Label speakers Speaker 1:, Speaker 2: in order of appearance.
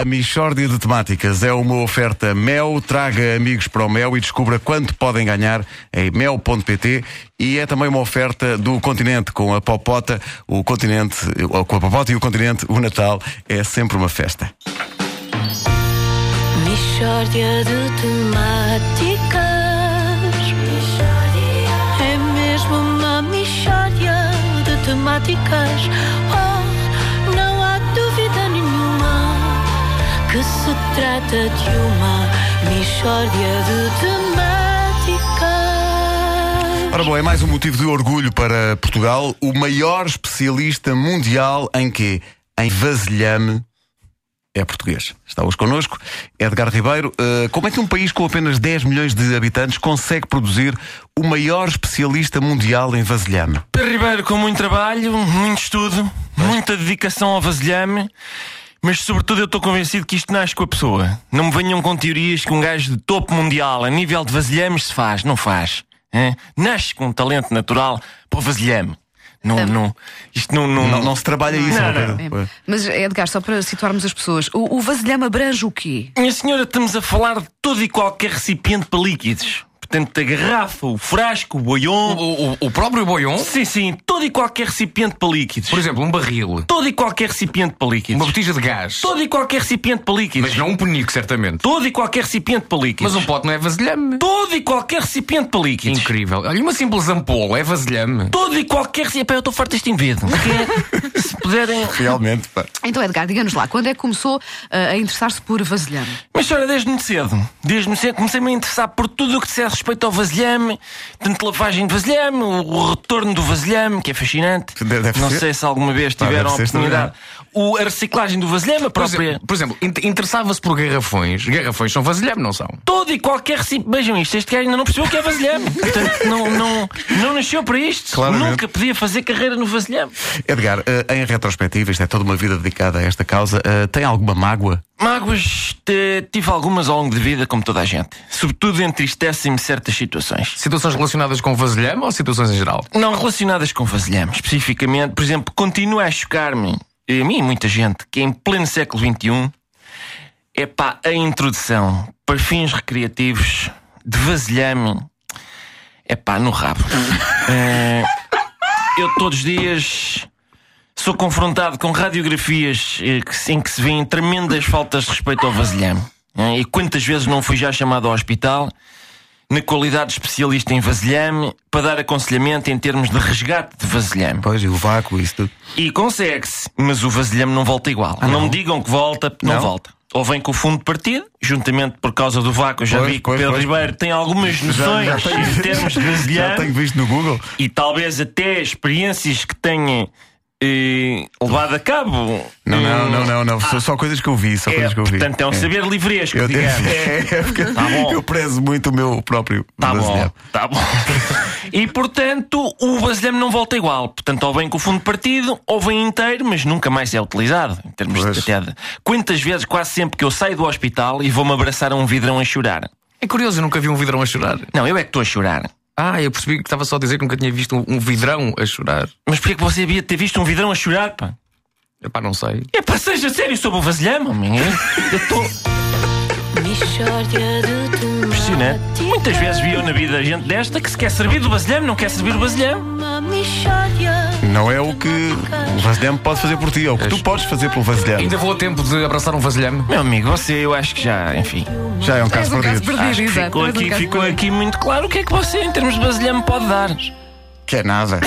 Speaker 1: A Michórdia de Temáticas é uma oferta Mel. Traga amigos para o Mel e descubra quanto podem ganhar em mel.pt. E é também uma oferta do Continente com a Popota. O Continente, ou com a Popota e o Continente, o Natal é sempre uma festa.
Speaker 2: Mishória de temáticas É mesmo uma mishória de temáticas Oh, não há dúvida nenhuma Que se trata de uma mishória de temáticas
Speaker 1: Ora bom, é mais um motivo de orgulho para Portugal. O maior especialista mundial em quê? Em vasilhame é português. Está hoje connosco Edgar Ribeiro. Eh, como é que um país com apenas 10 milhões de habitantes consegue produzir o maior especialista mundial em vasilhame?
Speaker 3: Pedro Ribeiro, com muito trabalho, muito estudo, muita dedicação ao vasilhame, mas sobretudo eu estou convencido que isto nasce com a pessoa. Não me venham com teorias que um gajo de topo mundial, a nível de vasilhames, se faz. Não faz. hã? Nasce com um talento natural para o vasilhame. Não, não. Isto não. não,
Speaker 1: Não, não se trabalha isso,
Speaker 3: Não,
Speaker 1: não, Pedro?
Speaker 4: É.
Speaker 1: Pois.
Speaker 4: Mas, Edgar, só para situarmos as pessoas, o, o vasilhame abrange o quê?
Speaker 3: Minha senhora, estamos a falar de todo e qualquer recipiente para líquidos. Portanto, a garrafa, o frasco, o boião.
Speaker 5: O, o- o próprio boião,
Speaker 3: Sim, sim, todo e qualquer recipiente para líquidos.
Speaker 5: por exemplo, um barril,
Speaker 3: Todo e qualquer recipiente para líquidos.
Speaker 5: uma botija de gás,
Speaker 3: Todo e qualquer recipiente para líquidos.
Speaker 5: mas não um penico, certamente.
Speaker 3: Todo e qualquer recipiente para líquidos.
Speaker 5: Mas um pote não é vasilhame.
Speaker 3: Todo e qualquer recipiente para líquidos.
Speaker 5: Incrível. Olha, uma simples ampola é vasilhame.
Speaker 3: Todo e qualquer recipiente. Eu estou farto deste invedo. Que é- Se puderem.
Speaker 1: Realmente, pá.
Speaker 4: Então, Edgar, diga-nos lá, quando é que começou ah, a interessar-se por vasilhame?
Speaker 3: Mas senhora, desde muito cedo. Desde muito cedo comecei-me a interessar por tudo o que disser respeito ao vasilhame, tanto lavagem de vasilhame, o- o retorno do vasilhame, que é fascinante.
Speaker 1: Deve- deve
Speaker 3: Não
Speaker 1: ser.
Speaker 3: sei se alguma vez
Speaker 1: deve
Speaker 3: tiveram a
Speaker 1: ser
Speaker 3: oportunidade. O, a reciclagem do vasilhame, a
Speaker 5: Por
Speaker 3: própria.
Speaker 5: exemplo, por exemplo, inter- interessava-se por garrafões. Garrafões são vasilhame, não são?
Speaker 3: Todo e qualquer recipiente. Vejam isto, este gajo ainda não percebeu o que é vasilhame. Portanto, não, não, não nasceu para isto.
Speaker 1: Claramente.
Speaker 3: Nunca podia fazer carreira no vasilhame.
Speaker 1: Edgar, eh, em retrospectiva, isto é toda uma vida dedicada a esta causa, eh, tem alguma mágoa?
Speaker 3: Mágoas eh, tive algumas ao longo de vida, como toda a gente. Sobretudo entristecem-me certas situações.
Speaker 5: Situações relacionadas com vasilhame ou situações em geral?
Speaker 3: Não relacionadas com vasilhame, especificamente, por exemplo, continua a chocar-me, e a mim e muita gente, que em pleno século XXI é pá, a introdução para fins recreativos de vasilhame é pá, no rabo. Eh, eu todos os dias sou confrontado com radiografias eh, que se- em que se vêem tremendas faltas de respeito ao vasilhame. Eh, E quantas vezes não fui já chamado ao hospital na qualidade de especialista em vasilhame para dar aconselhamento em termos de resgate de vasilhame.
Speaker 1: Pois, e o vácuo, isso tudo.
Speaker 3: E consegue-se, mas o vasilhame não volta igual. não. me digam que volta, não,
Speaker 1: Ah, Não?
Speaker 3: volta. Ou vem com o fundo partido, juntamente por causa do vácuo, eu já
Speaker 1: Pois,
Speaker 3: vi que o
Speaker 1: pois,
Speaker 3: Pedro
Speaker 1: pois.
Speaker 3: Ribeiro tem algumas noções em termos de
Speaker 1: Já tenho
Speaker 3: vasilhame
Speaker 1: visto no Google.
Speaker 3: e talvez até experiências que tenha eh, levado a cabo.
Speaker 1: Não, não,
Speaker 3: Hum,
Speaker 1: não, não, não. Só- Só coisas que eu vi, só
Speaker 3: É,
Speaker 1: coisas que eu vi.
Speaker 3: portanto, é um saber livresco,
Speaker 1: Eu,
Speaker 3: digamos.
Speaker 1: é, porque
Speaker 3: bom.
Speaker 1: eu prezo muito o meu próprio
Speaker 3: Tá bom,
Speaker 1: brasileiro.
Speaker 3: tá bom. E portanto, o vasilhame não volta igual. Portanto, ou vem com o fundo partido, ou vem inteiro, mas nunca mais é utilizado. Em termos
Speaker 1: Pois.
Speaker 3: de até de- Quantas vezes, quase sempre que eu saio do hospital e vou-me abraçar a um vidrão a chorar.
Speaker 5: É curioso, eu nunca vi um vidrão a chorar.
Speaker 3: Não, eu é que estou a chorar.
Speaker 5: Ah, eu percebi que estava só a dizer que nunca tinha visto um, um vidrão a chorar.
Speaker 3: Mas porquê que você havia de ter visto um vidrão a chorar, pá?
Speaker 5: Epá, não sei.
Speaker 3: É pá, seja sério sobre o vasilhame, homem. Eu estou
Speaker 2: Mishória de
Speaker 3: impressionante.
Speaker 2: temáticas
Speaker 3: Muitas vezes vi eu na vida gente desta que se quer servir do vasilhame, não quer servir o vasilhame.
Speaker 2: Uma mishória
Speaker 1: Não é o que o vasilhame pode fazer por ti, é o que tu podes fazer pelo vasilhame.
Speaker 5: Ainda vou a tempo de abraçar um vasilhame.
Speaker 3: Meu amigo, você, eu acho que já, enfim.
Speaker 1: Já é um
Speaker 4: És
Speaker 1: caso
Speaker 4: um caso
Speaker 1: perdido.
Speaker 4: perdido,
Speaker 3: Acho que
Speaker 4: exato.
Speaker 3: ficou
Speaker 4: és um
Speaker 3: aqui,
Speaker 4: caso
Speaker 3: ficou
Speaker 4: perdido.
Speaker 3: aqui muito claro o que é que você, em termos de vasilhame, pode dar.
Speaker 1: Que é nada.